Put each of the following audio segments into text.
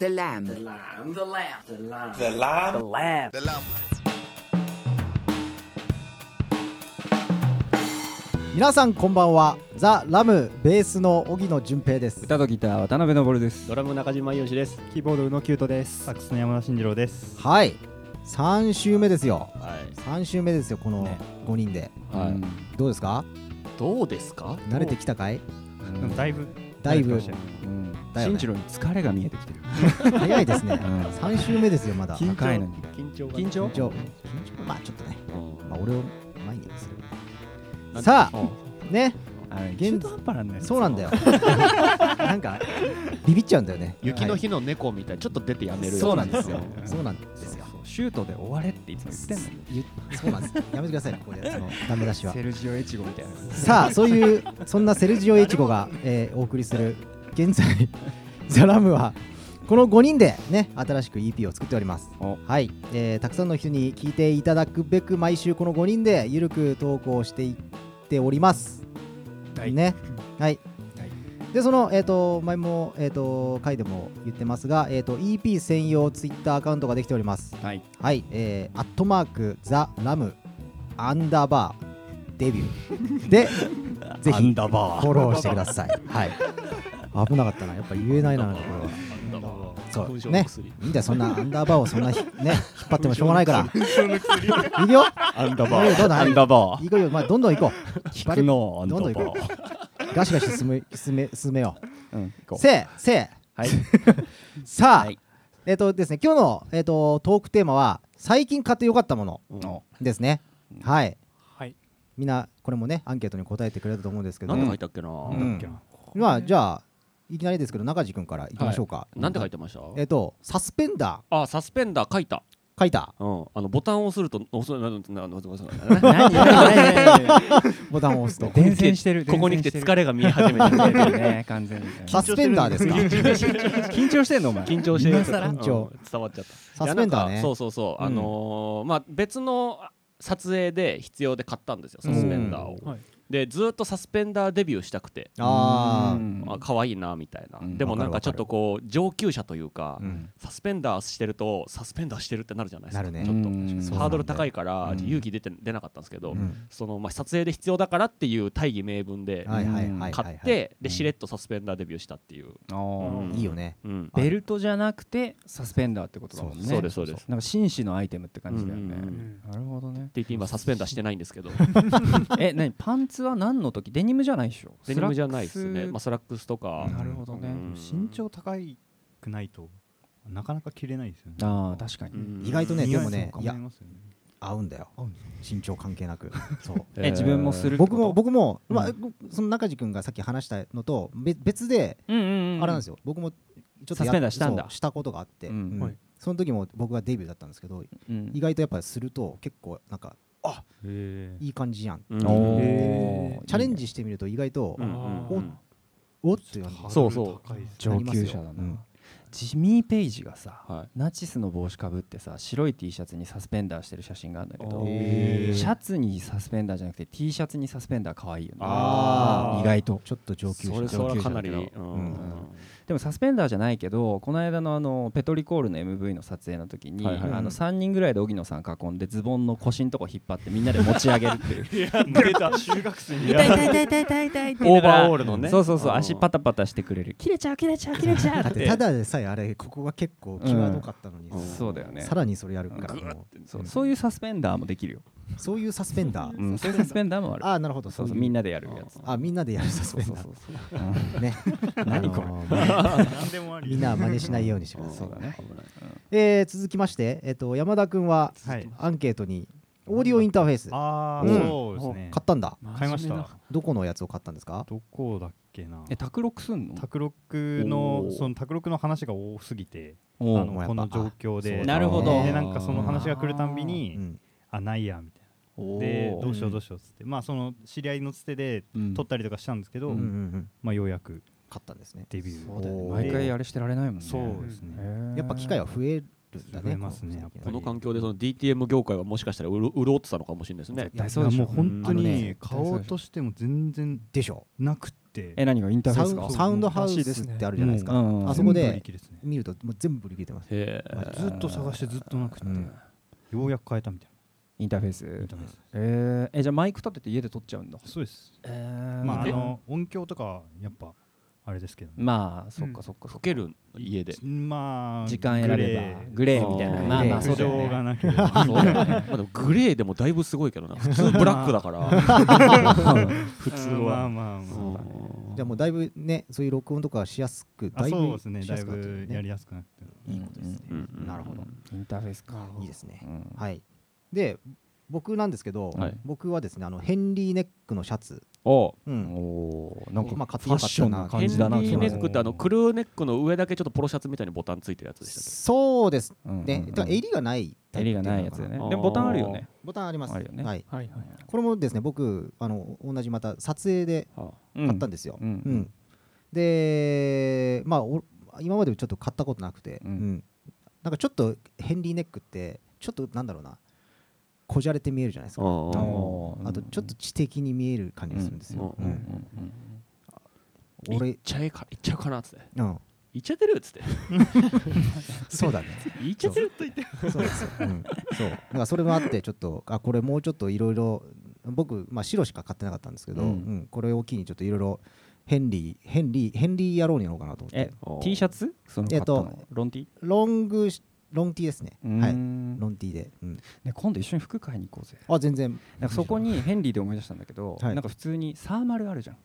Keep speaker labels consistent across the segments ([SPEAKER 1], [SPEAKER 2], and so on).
[SPEAKER 1] The lamb.
[SPEAKER 2] lamb.
[SPEAKER 3] The lamb.
[SPEAKER 2] The lamb.
[SPEAKER 4] The lamb.
[SPEAKER 2] lamb.
[SPEAKER 4] The lamb.
[SPEAKER 5] 皆さんこんばんはザ・ラムベースの荻野純平です
[SPEAKER 6] 歌とギター渡辺昇です
[SPEAKER 7] ドラム中島よしです。
[SPEAKER 8] キーボード宇野キュートです。
[SPEAKER 7] サックスの山田慎次郎です。
[SPEAKER 5] はい3週目ですよ
[SPEAKER 7] はい。
[SPEAKER 5] 3週目ですよこの
[SPEAKER 7] ね
[SPEAKER 5] 5人で
[SPEAKER 6] は
[SPEAKER 7] うん
[SPEAKER 6] い
[SPEAKER 5] どうですか
[SPEAKER 7] どうですか？
[SPEAKER 5] 慣れてきたかい
[SPEAKER 6] うん
[SPEAKER 8] だいぶ
[SPEAKER 5] だいぶ
[SPEAKER 8] 慣れてきまし
[SPEAKER 6] うん
[SPEAKER 5] だよね
[SPEAKER 6] 新次郎に疲れが見えてきてる
[SPEAKER 5] 早 いですね
[SPEAKER 6] ん
[SPEAKER 5] 3週目ですよまだ
[SPEAKER 6] 緊張高いのに
[SPEAKER 7] 緊張が。
[SPEAKER 6] 緊張
[SPEAKER 5] 緊張緊張まあちょっとね
[SPEAKER 7] うん
[SPEAKER 5] まあ俺を前にするさあね
[SPEAKER 6] あれ
[SPEAKER 5] 現
[SPEAKER 6] 中途半端なんだよ
[SPEAKER 5] そうなん だよなんかビビっちゃうんだよね
[SPEAKER 7] 雪の
[SPEAKER 5] はい
[SPEAKER 7] 日の猫みたいにちょっと出てやめるよ。
[SPEAKER 5] そうなんですよ
[SPEAKER 7] うん
[SPEAKER 5] そうなんですよ
[SPEAKER 6] シュートで終われっていつも言ってんのよ
[SPEAKER 5] ゆそうなんですやめてくださいねこういうやつのダメ出しは
[SPEAKER 6] セルジオエチゴみたいな
[SPEAKER 5] さあそういうそんなセルジオ・エチゴが、えーお送りする現在 ザラムはこの5人でね新しく EP を作っております
[SPEAKER 6] お
[SPEAKER 5] はい、えーたくさんの人に聞いていただくべく毎週この5人でゆるく投稿していっております
[SPEAKER 8] はい
[SPEAKER 5] ねはい、
[SPEAKER 8] はい
[SPEAKER 5] でその、えー、と前も、えー、と回でも言ってますが、えー、と EP 専用ツイッターアカウントができております
[SPEAKER 6] はい
[SPEAKER 5] はいえー、アットマークザラムアンダーバーデビューでぜひ
[SPEAKER 7] ダーバ
[SPEAKER 5] フォローしてください。はい。危なかったな。やっぱ言えないな、なんかこれは。そう
[SPEAKER 7] そう
[SPEAKER 5] ね
[SPEAKER 7] ね。
[SPEAKER 5] いいんだよ、そんなアンダーバーをそんなひ、ね、引っ張ってもしょうがないから。いくよ。
[SPEAKER 7] アンダー
[SPEAKER 5] バーどうだアンダ
[SPEAKER 7] ーバ
[SPEAKER 5] いくよ。まあ、どんどん行こ
[SPEAKER 7] ー。
[SPEAKER 5] 聞く
[SPEAKER 7] のア
[SPEAKER 5] ンダーバーどんどん
[SPEAKER 7] ー。
[SPEAKER 5] う。ガシガシ進め、進め、進めよ
[SPEAKER 6] うん
[SPEAKER 5] う。
[SPEAKER 6] こう
[SPEAKER 5] せい、せい。
[SPEAKER 6] はい
[SPEAKER 5] さあ、
[SPEAKER 6] はい
[SPEAKER 5] えっ、とですね、今日の、えっ、と、トークテーマは、最近買ってよかったもの
[SPEAKER 6] の
[SPEAKER 5] ですね。はい。
[SPEAKER 8] はい。
[SPEAKER 5] みんな、これもね、アンケートに答えてくれたと思うんですけど、
[SPEAKER 7] なんて書いたっけな。
[SPEAKER 6] ん
[SPEAKER 8] オッケーな
[SPEAKER 5] まあ、じゃあ、いきなりですけど、中地君からいきましょうか。
[SPEAKER 7] なんて書いてました？
[SPEAKER 5] えっ、と、サスペンダ
[SPEAKER 7] あ、サスペンダー書いた。
[SPEAKER 5] ー、書いた。
[SPEAKER 7] うん。あのボタンを押すると押すなななななな
[SPEAKER 6] 何何何
[SPEAKER 5] ボタンを押すと。
[SPEAKER 6] 伝染してる
[SPEAKER 7] ここに来て疲れが見え始め
[SPEAKER 6] が
[SPEAKER 7] た。
[SPEAKER 6] 見えてるね完全に
[SPEAKER 5] サスペンダーですか
[SPEAKER 6] 緊張してんのお前
[SPEAKER 7] 緊張してる
[SPEAKER 6] 今更
[SPEAKER 5] 緊張
[SPEAKER 7] うん伝わっちゃった
[SPEAKER 5] サスペンダーね
[SPEAKER 7] いやなんかそうそうそう、
[SPEAKER 5] うん
[SPEAKER 7] あのーまあ別の撮影で必要で買ったんですよサスペンダーを、
[SPEAKER 8] うんはい
[SPEAKER 7] でずっとサスペンダーデビューしたくて、
[SPEAKER 5] あ
[SPEAKER 6] うん
[SPEAKER 7] あ可愛いなみたいな、
[SPEAKER 6] うん
[SPEAKER 7] でもなんかちょっとこう上級者というか、
[SPEAKER 5] あ、うん
[SPEAKER 7] サスペンダーしてるとサスペンダーしてるってなるじゃないですか
[SPEAKER 5] なるね
[SPEAKER 7] ちょっと
[SPEAKER 6] うん
[SPEAKER 5] そう
[SPEAKER 7] ハードル高いから
[SPEAKER 6] うん
[SPEAKER 7] 勇気出て出なかったんですけど、
[SPEAKER 5] うん
[SPEAKER 7] そのまあ撮影で必要だからっていう大義名分で
[SPEAKER 5] はいはいはいはいはい。
[SPEAKER 7] 買って、でしれっとサスペンダーデビューしたっていう、
[SPEAKER 6] あー
[SPEAKER 5] いいよね。
[SPEAKER 7] うん
[SPEAKER 6] ベルトじゃなくてサスペンダーってことだもんね
[SPEAKER 7] そうですそうです
[SPEAKER 6] なんか紳士のアイテムって感じだよね
[SPEAKER 7] うんうんうん
[SPEAKER 8] うん
[SPEAKER 6] なるほどね
[SPEAKER 7] って言って今サスペンダーしてないんですけど
[SPEAKER 6] え、なにパンツは何の時デニムじゃないでしょ
[SPEAKER 7] デニムじゃないですね、まあ、
[SPEAKER 6] ス
[SPEAKER 7] スラックスと
[SPEAKER 6] ラ
[SPEAKER 7] か
[SPEAKER 6] ックスなるほどね、
[SPEAKER 7] うん
[SPEAKER 8] 身長高いくないとなかなか着れないですよね。
[SPEAKER 6] ああ確かに、
[SPEAKER 7] うん
[SPEAKER 5] 意外とね、でもね、い
[SPEAKER 8] 似合
[SPEAKER 5] や
[SPEAKER 8] い、ますよね
[SPEAKER 5] 合うんだよ。身長関係なく。そう。
[SPEAKER 6] え自分もするってこ
[SPEAKER 5] 僕
[SPEAKER 6] と
[SPEAKER 5] も、僕も、
[SPEAKER 6] うん
[SPEAKER 5] まあ、その中地君がさっき話したのと、べ別で、
[SPEAKER 6] うんうんう
[SPEAKER 5] あ
[SPEAKER 6] ん
[SPEAKER 5] れなんですよ。僕も、ちょっとや
[SPEAKER 6] サスペンダーしたんだ
[SPEAKER 5] そうしたことがあって、
[SPEAKER 6] うん
[SPEAKER 5] うん
[SPEAKER 8] はい
[SPEAKER 5] その時も僕がデビューだったんですけど、
[SPEAKER 6] うん
[SPEAKER 5] 意外とやっぱすると、結構、なんか、
[SPEAKER 8] へ
[SPEAKER 5] いい感じやん。
[SPEAKER 7] うん
[SPEAKER 6] お
[SPEAKER 8] へ
[SPEAKER 6] ー
[SPEAKER 5] チャレンジしてみると、意外と
[SPEAKER 7] う、んうんうん
[SPEAKER 5] おっっていう感じ
[SPEAKER 8] ー。
[SPEAKER 7] そうそう
[SPEAKER 8] ハードル高いです
[SPEAKER 6] 上級者だ
[SPEAKER 5] な
[SPEAKER 6] な、
[SPEAKER 5] りますようん
[SPEAKER 6] ジミー・ペイジがさ、
[SPEAKER 7] はい
[SPEAKER 6] ナチスの帽子かぶってさ白い T シャツにサスペンダーしてる写真があるんだけど
[SPEAKER 5] へー
[SPEAKER 6] シャツにサスペンダーじゃなくて T シャツにサスペンダー可愛いよね
[SPEAKER 7] あー
[SPEAKER 6] 意外と
[SPEAKER 5] ちょっと上級
[SPEAKER 7] それ
[SPEAKER 5] 者。
[SPEAKER 7] それはかなり、
[SPEAKER 6] 上級者だけ
[SPEAKER 7] うん
[SPEAKER 5] うん
[SPEAKER 6] でもサスペンダーじゃないけどこの間のあのペトリコールの MV の撮影の時に、
[SPEAKER 7] はいはい
[SPEAKER 6] あの3人ぐらいで荻野さん囲んでズボンの腰のとこ引っ張ってみんなで持ち上げるっていう
[SPEAKER 8] 中学生に
[SPEAKER 6] 痛い痛い痛い痛い痛い痛いって
[SPEAKER 7] オーバーオールのね
[SPEAKER 6] そうそうそう
[SPEAKER 7] うん
[SPEAKER 6] 足パタパタしてくれる切れちゃう切れちゃう切れちゃう
[SPEAKER 5] だ
[SPEAKER 6] っ
[SPEAKER 5] って
[SPEAKER 6] て
[SPEAKER 5] ただでさえあれここが結構際どかったのに
[SPEAKER 7] うん
[SPEAKER 5] さ、
[SPEAKER 6] そうだよね
[SPEAKER 5] さらにそれやるからもう
[SPEAKER 6] そううんそういうサスペンダーもできるよ、
[SPEAKER 5] そういうサスペンダー
[SPEAKER 6] うん、そういうサスペンダーもある
[SPEAKER 5] ああなるほど
[SPEAKER 6] そうそうみん
[SPEAKER 5] な
[SPEAKER 6] なでやるやつ
[SPEAKER 5] あみんなでやるサス
[SPEAKER 6] そう
[SPEAKER 5] ペン
[SPEAKER 6] そう
[SPEAKER 5] ダ
[SPEAKER 6] そうそう
[SPEAKER 5] ーね
[SPEAKER 6] 何これ
[SPEAKER 5] あのー
[SPEAKER 8] 何でもあり。
[SPEAKER 5] みんなは真似しないようにしてくださ
[SPEAKER 6] そ
[SPEAKER 5] いう
[SPEAKER 6] だね
[SPEAKER 5] えー続きましてえっと山田君は
[SPEAKER 8] はい。
[SPEAKER 5] アンケートにオーディオインターフェース買
[SPEAKER 8] ああ、
[SPEAKER 5] うん
[SPEAKER 8] そうですね。
[SPEAKER 5] ったんだ
[SPEAKER 8] 買いました。
[SPEAKER 5] どこのやつを買ったんですか
[SPEAKER 8] どこだっけな
[SPEAKER 6] え。卓録すんの
[SPEAKER 8] 卓録の
[SPEAKER 7] おー
[SPEAKER 8] その卓録の話が多すぎて、あ
[SPEAKER 6] お
[SPEAKER 5] もうや
[SPEAKER 6] う
[SPEAKER 5] っ
[SPEAKER 8] の
[SPEAKER 5] ぱ
[SPEAKER 8] この状況
[SPEAKER 5] あ
[SPEAKER 8] で。
[SPEAKER 5] そうだ
[SPEAKER 6] なるほど
[SPEAKER 8] でなんかその話が来るたんび
[SPEAKER 5] う
[SPEAKER 8] に、
[SPEAKER 5] ん
[SPEAKER 8] あないやみたい
[SPEAKER 6] お
[SPEAKER 8] な。
[SPEAKER 6] う
[SPEAKER 8] でどうしよ
[SPEAKER 5] うん
[SPEAKER 8] うどうしようっつって、まあその知り合いのつてで
[SPEAKER 6] うん
[SPEAKER 8] 撮ったりとかしたんですけど、
[SPEAKER 5] うんうんうん
[SPEAKER 8] まあようやく
[SPEAKER 5] 買ったんですね
[SPEAKER 8] デビュー
[SPEAKER 6] そうだよね
[SPEAKER 5] おー
[SPEAKER 6] 毎回あれしてられないもんね
[SPEAKER 8] そうですね。
[SPEAKER 5] やっぱ機会は増えるんだね
[SPEAKER 8] 増えますね
[SPEAKER 5] この時期
[SPEAKER 7] この環境でその DTM 業界はもしかしたらうる潤ってたのかもしれないですね
[SPEAKER 5] いや
[SPEAKER 6] そうでしょ
[SPEAKER 8] もう本当
[SPEAKER 5] あの
[SPEAKER 8] に
[SPEAKER 5] ね
[SPEAKER 8] 買おうとしても全然
[SPEAKER 5] でしょ
[SPEAKER 8] なくって
[SPEAKER 6] え何がインターフェースか
[SPEAKER 5] サウサウンドハウスってあるじゃないですか、
[SPEAKER 6] うんうん
[SPEAKER 5] あそこ
[SPEAKER 8] 全部売
[SPEAKER 5] で
[SPEAKER 8] り切れですね
[SPEAKER 5] 見るともう全部売り切れてます
[SPEAKER 7] へ
[SPEAKER 8] まあずっと探してずっとなくて、
[SPEAKER 6] うん
[SPEAKER 8] ようやく変えたみたい
[SPEAKER 6] インターフェース
[SPEAKER 8] なインターフェース
[SPEAKER 6] えーえじゃあマイク立てて家で撮っちゃうんだ
[SPEAKER 8] そうです、
[SPEAKER 6] え
[SPEAKER 8] まああ
[SPEAKER 7] え
[SPEAKER 8] の音響とかはやっぱあれですけど、ね
[SPEAKER 6] まあそっかそっかそ
[SPEAKER 7] 溶
[SPEAKER 6] っか
[SPEAKER 7] ける家 で
[SPEAKER 8] まあ
[SPEAKER 6] 時間選べばグレーみたいな
[SPEAKER 7] あー
[SPEAKER 6] まあまあそう
[SPEAKER 8] 苦
[SPEAKER 6] だよ
[SPEAKER 8] 情
[SPEAKER 6] ね
[SPEAKER 8] がなけれ
[SPEAKER 7] ま
[SPEAKER 8] ば
[SPEAKER 7] あでもグレーでもだいぶすごいけどな普通ブラックだから 普通
[SPEAKER 8] まあ
[SPEAKER 7] は
[SPEAKER 8] まあまあ
[SPEAKER 5] じゃあもうだいぶねそういう録音とかはしやすくだ
[SPEAKER 8] あ
[SPEAKER 5] いぶ
[SPEAKER 8] そうですね
[SPEAKER 5] し
[SPEAKER 8] だ
[SPEAKER 5] やす
[SPEAKER 8] い
[SPEAKER 5] くなってる
[SPEAKER 8] ぶ
[SPEAKER 5] ね
[SPEAKER 8] やりやすくなって
[SPEAKER 5] いいことですね、
[SPEAKER 7] うんうん
[SPEAKER 5] なるほど
[SPEAKER 6] インターフェースか
[SPEAKER 5] いいですね
[SPEAKER 6] うん
[SPEAKER 5] はいで僕なんですけど、
[SPEAKER 7] はい
[SPEAKER 5] 僕はですねあのヘンリーネックのシャツ、
[SPEAKER 6] お
[SPEAKER 5] うん、
[SPEAKER 6] おなんか
[SPEAKER 5] まあ買っ
[SPEAKER 6] フ
[SPEAKER 5] て
[SPEAKER 6] ァ
[SPEAKER 5] よ
[SPEAKER 6] ッ
[SPEAKER 5] かっ
[SPEAKER 6] シ
[SPEAKER 5] た
[SPEAKER 6] ョン
[SPEAKER 5] な
[SPEAKER 6] な
[SPEAKER 7] ヘ
[SPEAKER 6] 感
[SPEAKER 7] ン
[SPEAKER 6] じ
[SPEAKER 7] リ
[SPEAKER 6] だな
[SPEAKER 7] ーネックってあ
[SPEAKER 6] の
[SPEAKER 7] のクルーネックの上だけちょっとポロシャツみたいにボタンついてるやつでしたっ
[SPEAKER 5] そうですね、だから
[SPEAKER 6] 襟
[SPEAKER 5] 襟がないタイプ
[SPEAKER 6] が
[SPEAKER 5] ってうのか
[SPEAKER 6] ないやつだよね
[SPEAKER 7] あー
[SPEAKER 6] でもボタンあるよね
[SPEAKER 5] ボタンあります
[SPEAKER 6] あるよね
[SPEAKER 5] はい、
[SPEAKER 7] けはいはい
[SPEAKER 5] これもですね僕あの同じまた撮影で買ったんですよ、
[SPEAKER 6] うん
[SPEAKER 5] うん
[SPEAKER 6] うん
[SPEAKER 5] でまあお今までちょっと買ったことなくて、
[SPEAKER 6] うん
[SPEAKER 5] うんなんかちょっとヘンリーネックってちょっとなんだろうなこじゃれて見えるじゃないですか
[SPEAKER 6] あ
[SPEAKER 7] あ
[SPEAKER 5] あとちょっと知的に見える感じがするんですよ、
[SPEAKER 7] うんうん
[SPEAKER 5] 俺
[SPEAKER 7] いっちゃえかいっちゃうかなっつって
[SPEAKER 5] うん、
[SPEAKER 7] いっちゃってるっつって
[SPEAKER 5] そうだね。
[SPEAKER 7] いっちゃってると言って
[SPEAKER 5] そうですよ。うん、そう。だからそれもあってちょっとあこれもうちょっといろいろ僕まあ白しか買ってなかったんですけど、
[SPEAKER 6] う
[SPEAKER 5] うんんこれを機にちょっといろいろヘンリーヘンリーヘンリー野郎になろうかなと思っ
[SPEAKER 6] え
[SPEAKER 5] て。
[SPEAKER 6] T シャツその
[SPEAKER 5] えっと
[SPEAKER 6] 買ったのロン T
[SPEAKER 5] ロングしロンティーですね。は
[SPEAKER 6] う
[SPEAKER 5] い。
[SPEAKER 6] ん
[SPEAKER 5] ロンティーで。うん、
[SPEAKER 6] ね今度一緒に服買いに行こうぜ
[SPEAKER 5] あ全然
[SPEAKER 6] なんかそこにヘンリーで思い出したんだけど、
[SPEAKER 5] はい
[SPEAKER 6] なんか普通にサーマルあるじゃん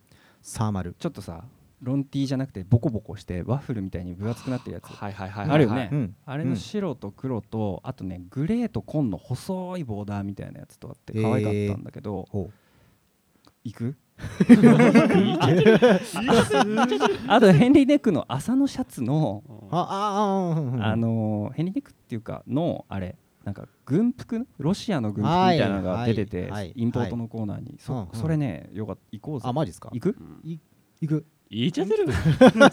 [SPEAKER 5] サーマル。
[SPEAKER 6] ちょっとさロンティーじゃなくてボコボコしてワッフルみたいに分厚くなってるやつ
[SPEAKER 7] はいはいはいはい
[SPEAKER 6] あるよね、
[SPEAKER 5] うん
[SPEAKER 6] あれの白と黒と、あとねグレーと紺の細いボーダーみたいなやつとあって可愛かったんだけど、
[SPEAKER 5] ほ
[SPEAKER 6] 行く あとヘンリー・ネックの朝のシャツの、
[SPEAKER 5] う。 ああああ、うんうん、
[SPEAKER 6] あ
[SPEAKER 5] の
[SPEAKER 6] のーヘンリー・ネックっていうかのあれなんか軍服ロシアの軍服みたいなのが出てて、
[SPEAKER 5] はいはい
[SPEAKER 6] インポートのコーナーに、そ
[SPEAKER 5] うんうん
[SPEAKER 6] それねよかった行こうぜ
[SPEAKER 5] あマジですか。
[SPEAKER 6] 行く、
[SPEAKER 7] うん
[SPEAKER 5] 行く。
[SPEAKER 7] いっちゃってる
[SPEAKER 6] まあ、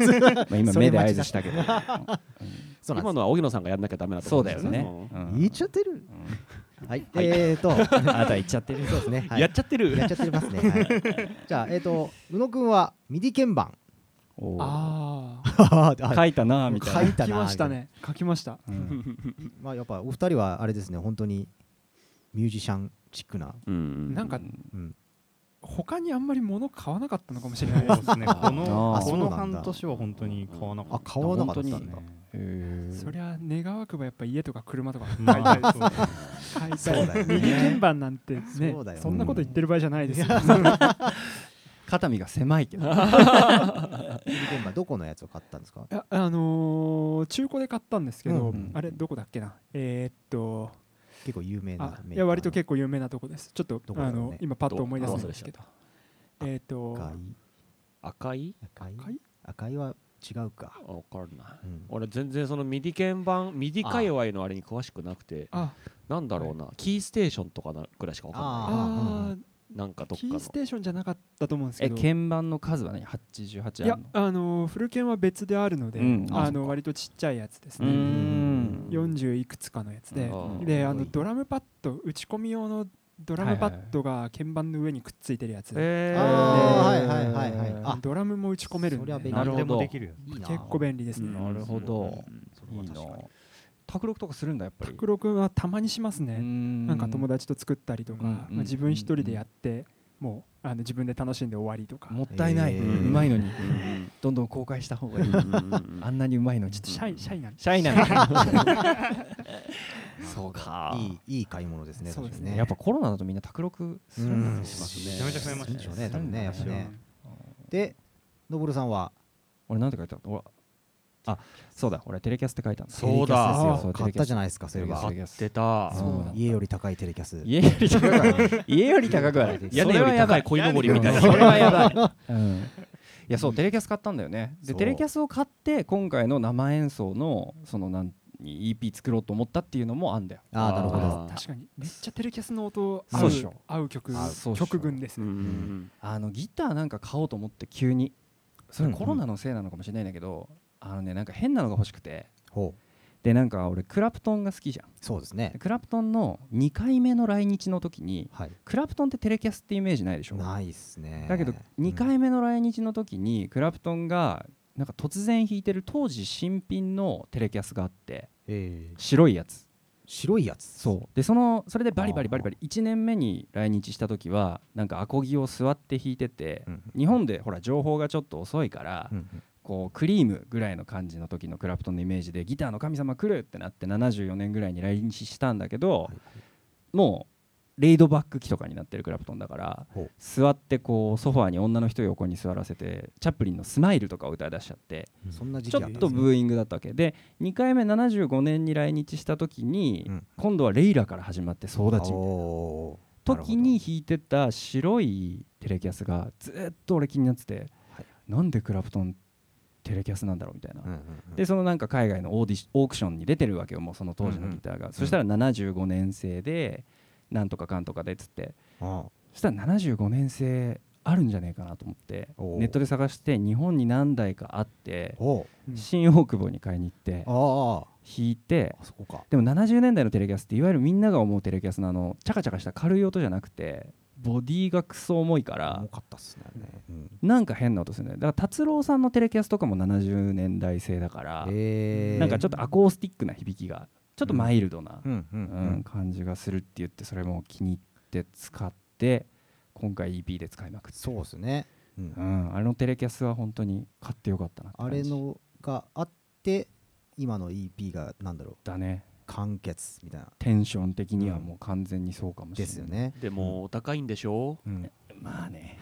[SPEAKER 6] 今
[SPEAKER 5] それ
[SPEAKER 6] 目で合図し たけ
[SPEAKER 5] そ
[SPEAKER 6] ど、
[SPEAKER 5] うなん
[SPEAKER 7] 今
[SPEAKER 5] です。
[SPEAKER 7] のは荻野さんがやんなきゃダメだと
[SPEAKER 6] そう
[SPEAKER 7] 思
[SPEAKER 6] だ
[SPEAKER 7] んで
[SPEAKER 6] よ
[SPEAKER 7] す
[SPEAKER 6] ね、うん
[SPEAKER 5] 言っちゃってる。はい。
[SPEAKER 7] はい
[SPEAKER 5] えっ、ー、と
[SPEAKER 6] あなた行っちゃってる
[SPEAKER 5] そうですね。はい
[SPEAKER 7] やっちゃってる
[SPEAKER 5] やっちゃってますね。はい、じゃあえっ、ー、と宇野くんはミディ鍵盤。
[SPEAKER 6] おー
[SPEAKER 1] あ
[SPEAKER 5] あ
[SPEAKER 6] 書いたなーみたいな
[SPEAKER 5] 書い
[SPEAKER 1] あ
[SPEAKER 5] た
[SPEAKER 1] 書き
[SPEAKER 5] な
[SPEAKER 1] ましたね書きました
[SPEAKER 6] うん
[SPEAKER 5] まあやっぱお二人はあれですね本当にミュージシャンチックな、
[SPEAKER 7] うん
[SPEAKER 1] なんか
[SPEAKER 5] うん、
[SPEAKER 1] 他にあんまり物買わなかったのかもしれない
[SPEAKER 8] そうですねこ
[SPEAKER 6] あ
[SPEAKER 8] の
[SPEAKER 5] ー
[SPEAKER 8] こ
[SPEAKER 5] そう
[SPEAKER 8] の
[SPEAKER 5] なんだ
[SPEAKER 8] 半年は本当に買わなか
[SPEAKER 5] あ
[SPEAKER 8] った
[SPEAKER 5] 買わなかったんだ
[SPEAKER 6] 本当へ
[SPEAKER 1] そ
[SPEAKER 6] ー
[SPEAKER 1] りゃ願わくばやっぱ家とか車とか
[SPEAKER 8] まあはいそう
[SPEAKER 1] 買い
[SPEAKER 5] そう
[SPEAKER 1] たい
[SPEAKER 5] だよね
[SPEAKER 1] 右鍵盤なんてね
[SPEAKER 5] そうだよね
[SPEAKER 1] そんなこと言ってる場合じゃないですよ
[SPEAKER 6] 肩身が狭いけど
[SPEAKER 5] 現場どこのやつを買ったんですか
[SPEAKER 1] いやあのー中古で買ったんですけど、
[SPEAKER 5] うん
[SPEAKER 6] うん
[SPEAKER 1] あれどこだっけなえーっと
[SPEAKER 5] 結構有名
[SPEAKER 1] あ
[SPEAKER 5] なメーカー
[SPEAKER 1] いや割と結構有名なとこですちょっと、
[SPEAKER 5] どこだ
[SPEAKER 1] あ
[SPEAKER 5] ろうね
[SPEAKER 1] の今パッと思い出せないんですけど
[SPEAKER 7] ど
[SPEAKER 1] えーっと
[SPEAKER 5] 赤い
[SPEAKER 7] 赤い
[SPEAKER 5] 赤い
[SPEAKER 1] 赤い
[SPEAKER 5] 赤いは違うか、
[SPEAKER 7] わかんない
[SPEAKER 5] うん、
[SPEAKER 7] 俺全然そのミディ鍵盤ミディ界隈のあれに詳しくなくて
[SPEAKER 1] あ
[SPEAKER 7] なんだろうなキーステーションとかなぐらいしかわかん
[SPEAKER 5] あ
[SPEAKER 1] あ
[SPEAKER 7] な
[SPEAKER 5] ー
[SPEAKER 1] ー
[SPEAKER 7] いなんかどっか
[SPEAKER 1] キー
[SPEAKER 7] の
[SPEAKER 1] ステーションじゃなかったと思うんです
[SPEAKER 6] え
[SPEAKER 1] けど
[SPEAKER 6] 鍵盤の数はね88あるの
[SPEAKER 1] いやあのーフル剣は別であるので、
[SPEAKER 6] うんあ
[SPEAKER 1] あ
[SPEAKER 6] そっ
[SPEAKER 1] の
[SPEAKER 6] か
[SPEAKER 1] 割とちっちゃいやつです
[SPEAKER 6] うー
[SPEAKER 1] ね、
[SPEAKER 6] ん
[SPEAKER 1] 40いくつかのやつで、
[SPEAKER 7] うん
[SPEAKER 1] であ
[SPEAKER 5] 多
[SPEAKER 1] の
[SPEAKER 5] い
[SPEAKER 1] ドラムパッド打ち込み用のドラムパッドが鍵盤の上にくっついてるやつ、
[SPEAKER 7] え
[SPEAKER 5] あ
[SPEAKER 1] え
[SPEAKER 5] ー
[SPEAKER 1] ー
[SPEAKER 5] はいはいはいはいあ
[SPEAKER 1] ドラムも打ち込めるんで
[SPEAKER 5] そりゃ便利
[SPEAKER 6] なるほど
[SPEAKER 8] 何でもできるやつ
[SPEAKER 5] いいな
[SPEAKER 1] 結構便利ですね、
[SPEAKER 6] なるほど
[SPEAKER 8] ん
[SPEAKER 6] いいな
[SPEAKER 8] それは確かに
[SPEAKER 6] 卓録とかするんだやっぱり
[SPEAKER 1] 黒ロ君はたまにしますね、
[SPEAKER 6] な
[SPEAKER 1] なんか友達と作ったりとか、
[SPEAKER 6] うん
[SPEAKER 1] まあ
[SPEAKER 6] うん
[SPEAKER 1] 自分一人でやって、もうあの自分で楽しんで終わりとか、
[SPEAKER 6] もったいない、
[SPEAKER 5] え
[SPEAKER 6] う
[SPEAKER 5] ー
[SPEAKER 6] まいのにどんどん公開した方がいいあんなにうまいのにちょっと
[SPEAKER 1] シャイシャイなんで
[SPEAKER 6] シャイなの
[SPEAKER 7] そうか
[SPEAKER 5] いいいい買い物ですね
[SPEAKER 1] そうです
[SPEAKER 5] 確
[SPEAKER 1] ね
[SPEAKER 5] かに
[SPEAKER 6] やっぱコロナだとみんな卓録するんです
[SPEAKER 7] ますね
[SPEAKER 8] めちゃめちゃ増えま
[SPEAKER 5] いい
[SPEAKER 8] し
[SPEAKER 5] でしたょう
[SPEAKER 8] ね
[SPEAKER 5] ね多分ねやっぱねでのぼるさんは
[SPEAKER 6] 俺なんて書いたの俺あそうだ俺テレキャスって書いたんだ
[SPEAKER 7] そう
[SPEAKER 5] テレキャス
[SPEAKER 7] だ
[SPEAKER 5] ですよ買ったじゃないですかそれは
[SPEAKER 6] テレキ
[SPEAKER 7] 買
[SPEAKER 6] ャ
[SPEAKER 7] っ
[SPEAKER 6] ス
[SPEAKER 7] てた
[SPEAKER 6] そうなんだ
[SPEAKER 5] 家より高いテレキャス
[SPEAKER 6] 家より高くはない家より高くはない
[SPEAKER 7] 屋根より高い
[SPEAKER 6] そ
[SPEAKER 7] 鯉のぼりみたいな
[SPEAKER 6] それはやばい、うん、いやそうテレキャス買ったんだよねで
[SPEAKER 5] そう
[SPEAKER 6] テレキャスを買って今回の生演奏のそのなん EP 作ろうと思ったっていうのもあんだよ
[SPEAKER 5] ああなるほど
[SPEAKER 7] あー
[SPEAKER 1] 確かにめっちゃテレキャスの音合
[SPEAKER 6] そう
[SPEAKER 1] う
[SPEAKER 6] っしょ
[SPEAKER 1] 合う曲
[SPEAKER 6] あそうっしょ
[SPEAKER 1] 曲群です
[SPEAKER 7] う
[SPEAKER 1] ね、
[SPEAKER 7] ん
[SPEAKER 6] あのギターなんか買おうと思って急にそれ
[SPEAKER 5] うんうん
[SPEAKER 6] コロナのせいなのかもしれないんだけど、あのねなんか変なのが欲しくて
[SPEAKER 5] ほ
[SPEAKER 6] でなんか俺クラプトンが好きじゃん
[SPEAKER 5] そうですね
[SPEAKER 6] でクラプトンの2回目の来日の時に
[SPEAKER 5] はい
[SPEAKER 6] クラプトンってテレキャスってイメージないでしょ
[SPEAKER 5] ないっすね
[SPEAKER 6] だけど2回目の来日の時にクラプトンがなんか突然弾いてる当時新品のテレキャスがあって
[SPEAKER 5] えー
[SPEAKER 6] 白いやつ
[SPEAKER 5] 白いやつ
[SPEAKER 6] そうでそのそれでバリバリバリバリ1年目に来日した時はなんかアコギを座って弾いてて
[SPEAKER 5] うん
[SPEAKER 6] 日本でほら情報がちょっと遅いから
[SPEAKER 5] うんうん
[SPEAKER 6] こうクリームぐらいの感じの時のクラプトンのイメージでギターの神様来るってなって74年ぐらいに来日したんだけど
[SPEAKER 5] はい
[SPEAKER 6] もうレイドバック期とかになってるクラプトンだから
[SPEAKER 5] ほう
[SPEAKER 6] 座ってこうソファーに女の人横に座らせてチャップリンの「スマイル」とかを歌い出しちゃって
[SPEAKER 5] そんな時期
[SPEAKER 6] ちょ
[SPEAKER 5] あ
[SPEAKER 6] っ
[SPEAKER 5] ったんです
[SPEAKER 6] と
[SPEAKER 5] ね
[SPEAKER 6] ブーイングだったわけで2回目75年に来日した時に
[SPEAKER 5] うん
[SPEAKER 6] 今度はレイラから始まって総立
[SPEAKER 5] おー
[SPEAKER 6] ち
[SPEAKER 5] なるほど
[SPEAKER 6] 時に弾いてた白いテレキャスがずーっと俺気になってて
[SPEAKER 5] はい
[SPEAKER 6] なんでクラプトンテレキャスなんだろうみたいな
[SPEAKER 5] うんうんうん
[SPEAKER 6] でそのなんか海外のオーディシオークションに出てるわけよもうその当時のギターが、そしたら75年生でなんとかかんとかでっつって
[SPEAKER 5] あ
[SPEAKER 6] そしたら75年生あるんじゃねえかなと思って
[SPEAKER 5] おう
[SPEAKER 6] ネットで探して日本に何台かあって
[SPEAKER 5] ーおう
[SPEAKER 1] うん
[SPEAKER 6] 新大久保に買いに行って
[SPEAKER 5] あーあ
[SPEAKER 6] 弾いて
[SPEAKER 5] ーあそこか
[SPEAKER 6] でも70年代のテレキャスっていわゆるみんなが思うテレキャスのあのチャカチャカした軽い音じゃなくてボディがクソ重いから
[SPEAKER 5] 重かったっすねあれねうん
[SPEAKER 6] なんか変な音するんだよだから達郎さんのテレキャスとかも70年代製だから、
[SPEAKER 5] えー
[SPEAKER 6] なんかちょっとアコースティックな響きがちょっとマイルドな、
[SPEAKER 5] うんうんう
[SPEAKER 6] うん
[SPEAKER 5] ん
[SPEAKER 6] 感じがするって言ってそれも気に入って使って今回 EP で使いまくってる
[SPEAKER 5] そうですねうん
[SPEAKER 6] うん、あれのテレキャスは本当に買ってよかったなって
[SPEAKER 5] あ
[SPEAKER 6] 感
[SPEAKER 5] れ
[SPEAKER 6] じ
[SPEAKER 5] のがあって今の EP がなんだろう
[SPEAKER 6] だね
[SPEAKER 5] 完結みたいな
[SPEAKER 6] テンション的にはもう完全にそうかもし
[SPEAKER 5] で
[SPEAKER 6] れない
[SPEAKER 5] すよね、
[SPEAKER 7] でもお高いんでしょ
[SPEAKER 5] うん、
[SPEAKER 6] まあ ね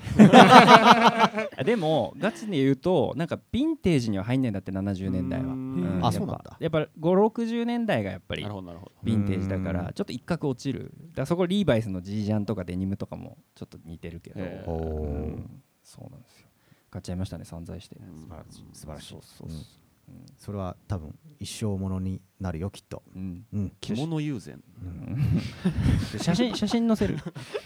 [SPEAKER 6] でもガチで言うとなんかヴィンテージには入んないんだって70年代は、
[SPEAKER 1] うん
[SPEAKER 5] あ
[SPEAKER 6] やっぱ
[SPEAKER 5] そうなんだ
[SPEAKER 6] やっぱ560年代がやっぱり
[SPEAKER 7] なるほどなるほど
[SPEAKER 6] ヴィンテージだか
[SPEAKER 5] う
[SPEAKER 6] ら
[SPEAKER 5] ん
[SPEAKER 6] ちょっと一角落ちるだからそこリーバイスのジージャンとかデニムとかもちょっと似てるけど、
[SPEAKER 7] へー
[SPEAKER 6] う
[SPEAKER 5] おー
[SPEAKER 6] んそうなんですよ買っちゃいましたね散財して
[SPEAKER 7] うん
[SPEAKER 5] 素晴らしい素晴らしい
[SPEAKER 6] そうそうそううん
[SPEAKER 5] それは多分一生ものになるよきっと
[SPEAKER 6] うん
[SPEAKER 5] うん
[SPEAKER 7] 着物友禅
[SPEAKER 6] うん写真写真 載せる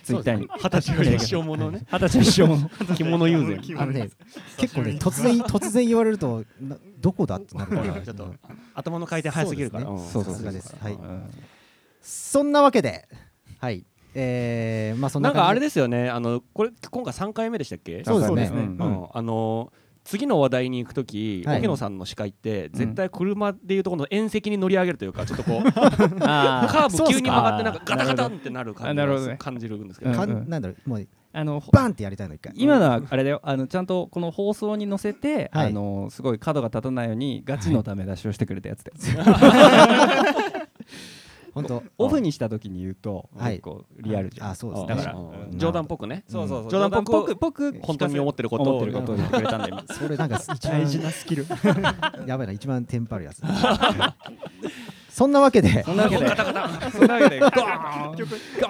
[SPEAKER 6] ツイッターに
[SPEAKER 7] 二十歳より一生ものね
[SPEAKER 6] 二十歳の一生もの
[SPEAKER 7] 着物友禅
[SPEAKER 5] あのね結構ね突然突然言われるとなどこだってなるから
[SPEAKER 7] ちょっ
[SPEAKER 5] う
[SPEAKER 7] と
[SPEAKER 5] ん
[SPEAKER 7] 頭の回転早すぎるから
[SPEAKER 5] そう
[SPEAKER 6] そう
[SPEAKER 5] さ
[SPEAKER 6] そう
[SPEAKER 5] す
[SPEAKER 6] そ
[SPEAKER 5] が
[SPEAKER 6] う
[SPEAKER 5] ですはい
[SPEAKER 6] うん
[SPEAKER 5] そんなわけではいえー、まあそん
[SPEAKER 7] な
[SPEAKER 5] なん
[SPEAKER 7] かあれ
[SPEAKER 5] で
[SPEAKER 7] ですよねあのこれ今回3回目でしたっけ
[SPEAKER 5] そうですね
[SPEAKER 6] ね
[SPEAKER 7] うんあの次の話題に行くとき、
[SPEAKER 5] はい
[SPEAKER 7] 沖野さんの司会って、絶対車でいうとこの縁石に乗り上げるというか、ちょっとこう、
[SPEAKER 6] あ
[SPEAKER 7] カーブ急に曲がって、
[SPEAKER 6] そ
[SPEAKER 7] な
[SPEAKER 6] うんっす
[SPEAKER 7] かガ
[SPEAKER 6] か
[SPEAKER 7] タガタンってなる感
[SPEAKER 6] あ
[SPEAKER 7] じ
[SPEAKER 6] なるほど
[SPEAKER 7] が
[SPEAKER 6] ね
[SPEAKER 7] 感じるんですけ
[SPEAKER 6] う
[SPEAKER 7] ど、
[SPEAKER 5] か
[SPEAKER 6] うんん
[SPEAKER 5] なんだろうもう
[SPEAKER 6] ーあの
[SPEAKER 5] バンってやりたいの一回
[SPEAKER 6] 今のはあれだよあのちゃんとこの放送に載せて、
[SPEAKER 5] はい
[SPEAKER 6] あのすごい角が立たないようにガチのダメ出しをしてくれたやつだよ、
[SPEAKER 5] 本当
[SPEAKER 6] オフにした時に言うと、
[SPEAKER 5] はい
[SPEAKER 6] 結構リアルじゃん
[SPEAKER 5] あそうですね
[SPEAKER 7] だから、
[SPEAKER 5] うん
[SPEAKER 7] 冗談っぽくね、
[SPEAKER 5] そうそう
[SPEAKER 7] そう
[SPEAKER 6] 冗談っぽくぽく
[SPEAKER 7] 本当に思ってることを
[SPEAKER 6] 思ってることを言ってくれたんで今
[SPEAKER 5] それなんか 一番
[SPEAKER 1] なスキル
[SPEAKER 5] やばいな一番テンパるやつ そんなわけ で
[SPEAKER 6] そんなわけでそんなわ けでゴーンゴ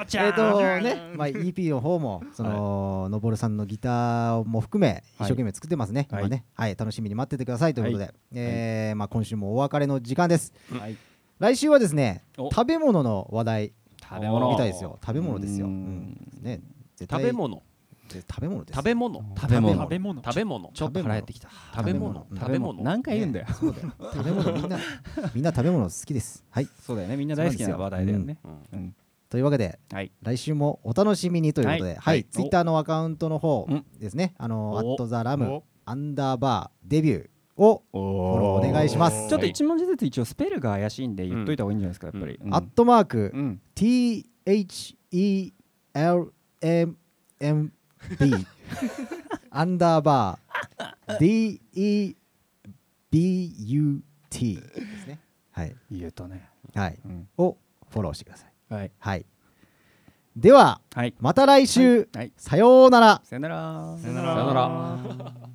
[SPEAKER 6] チ
[SPEAKER 5] え
[SPEAKER 6] ャ
[SPEAKER 5] っとね、まあ、EP の方 もその、のぼるさんのギターも含め一生懸命作ってますね、
[SPEAKER 6] はい
[SPEAKER 5] 今ね、はい、楽しみに待っててくださいということで、えーまあ、今週もお別れの時間です、
[SPEAKER 6] はい
[SPEAKER 5] 来週はですね
[SPEAKER 6] お
[SPEAKER 5] 食べ物の話題
[SPEAKER 6] 食べ物
[SPEAKER 5] みたいですよ食べ物ですよ、
[SPEAKER 6] う
[SPEAKER 5] うんんね、絶
[SPEAKER 7] 食
[SPEAKER 5] 対
[SPEAKER 7] べ物、
[SPEAKER 5] 絶食べ物です
[SPEAKER 7] 食べ物、
[SPEAKER 6] 食べ物
[SPEAKER 1] 食べ物
[SPEAKER 7] 食べ物、
[SPEAKER 6] ちょっと腹減ってきた
[SPEAKER 7] 食べ物
[SPEAKER 5] うん、
[SPEAKER 7] 食べ物、
[SPEAKER 6] 何回言うんだよ、
[SPEAKER 5] ねそうだよ食べ物みんなみんな食べ物好きですはい
[SPEAKER 6] そうだよねみんな大好きな話題だよね
[SPEAKER 7] うん
[SPEAKER 6] うん
[SPEAKER 5] というわけで
[SPEAKER 6] はい
[SPEAKER 5] 来週もお楽しみにということで、はい、
[SPEAKER 7] はい
[SPEAKER 5] ツイッターのアカウントの方
[SPEAKER 6] うん
[SPEAKER 5] ですね、あの、アッ
[SPEAKER 7] お
[SPEAKER 5] トザラムアンダーバーデビューをフォローお願いします。
[SPEAKER 6] ちょっと一文字ずつ一応スペルが怪しいんで言っといた方がいいんじゃないですかやっぱり、うん
[SPEAKER 5] アットマーク
[SPEAKER 6] うん
[SPEAKER 5] THELMMB アンダーバー DEBUT ですね。はい。
[SPEAKER 6] 言えたね、
[SPEAKER 5] はい。
[SPEAKER 6] うん
[SPEAKER 5] をフォローしてください。
[SPEAKER 6] はい
[SPEAKER 5] はい。では、
[SPEAKER 6] はい
[SPEAKER 5] また来週、
[SPEAKER 6] はい
[SPEAKER 5] さようなら。
[SPEAKER 6] さよなら
[SPEAKER 7] さよなら。
[SPEAKER 1] あー